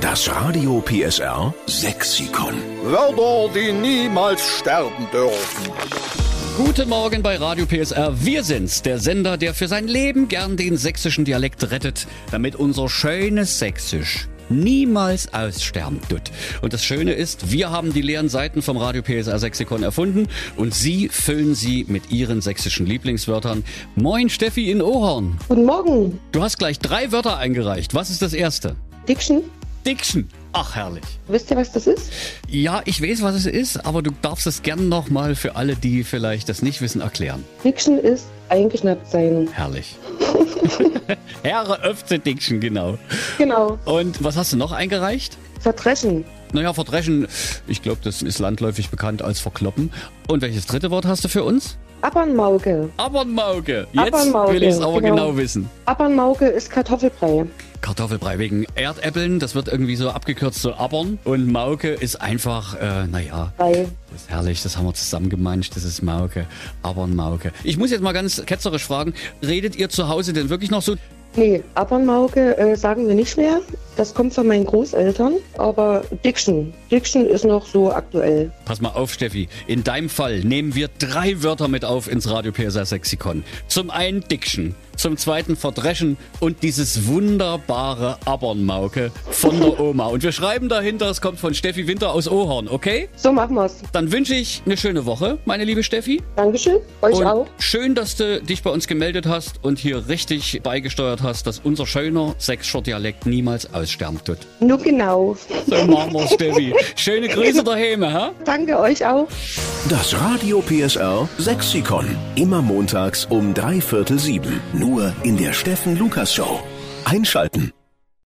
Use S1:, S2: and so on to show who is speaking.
S1: Das Radio PSR Sexikon.
S2: Wörter, die niemals sterben dürfen.
S3: Guten Morgen bei Radio PSR. Wir sind's, der Sender, der für sein Leben gern den sächsischen Dialekt rettet, damit unser schönes Sächsisch niemals aussterben tut. Und das Schöne ist, wir haben die leeren Seiten vom Radio PSR Sexikon erfunden und Sie füllen sie mit Ihren sächsischen Lieblingswörtern. Moin Steffi in Ohorn.
S4: Guten Morgen,
S3: Du hast gleich drei Wörter eingereicht. Was ist das erste?
S4: Diction.
S3: Diction. Ach, herrlich.
S4: Wisst ihr, was das ist?
S3: Ja, ich weiß, was es ist, aber du darfst es gern nochmal für alle, die vielleicht das nicht wissen, erklären.
S4: Diction ist eingeschnappt sein.
S3: Herrlich. Herre öfte Diction, genau.
S4: Genau.
S3: Und was hast du noch eingereicht?
S4: Verdreschen.
S3: Naja, verdreschen, ich glaube, das ist landläufig bekannt als verkloppen. Und welches dritte Wort hast du für uns?
S4: Abernmauke.
S3: Abernmauke. Jetzt
S4: Abernmauke,
S3: will ich es aber
S4: genau.
S3: genau wissen.
S4: Abernmauke ist Kartoffelbrei.
S3: Kartoffelbrei wegen Erdäppeln, das wird irgendwie so abgekürzt zu Abern. Und Mauke ist einfach, äh, naja,
S4: Brei.
S3: das ist herrlich, das haben wir zusammen gemanscht, das ist Mauke, Abernmauke. Ich muss jetzt mal ganz ketzerisch fragen, redet ihr zu Hause denn wirklich noch so?
S4: Nee, Abernmauke äh, sagen wir nicht mehr. Das kommt von meinen Großeltern. Aber Diction. Diction ist noch so aktuell.
S3: Pass mal auf, Steffi, in deinem Fall nehmen wir drei Wörter mit auf ins Radio PSR Sexikon. Zum einen Diction, zum zweiten Verdreschen und dieses wunderbare Abernmauke von der Oma. Und wir schreiben dahinter, es kommt von Steffi Winter aus Ohorn, okay?
S4: So machen wir's.
S3: Dann wünsche ich eine schöne Woche, meine liebe Steffi.
S4: Dankeschön. Euch
S3: und
S4: auch.
S3: schön, dass du dich bei uns gemeldet hast und hier richtig beigesteuert hast, dass unser schöner sächsischer Dialekt niemals aussterben tut.
S4: Nur genau.
S3: So machen wir's, Steffi. Schöne Grüße daheim, hä?
S4: Danke euch auch.
S1: Das Radio PSR Sexikon. Immer montags um drei Viertel sieben. Nur in der Steffen Lukas Show. Einschalten.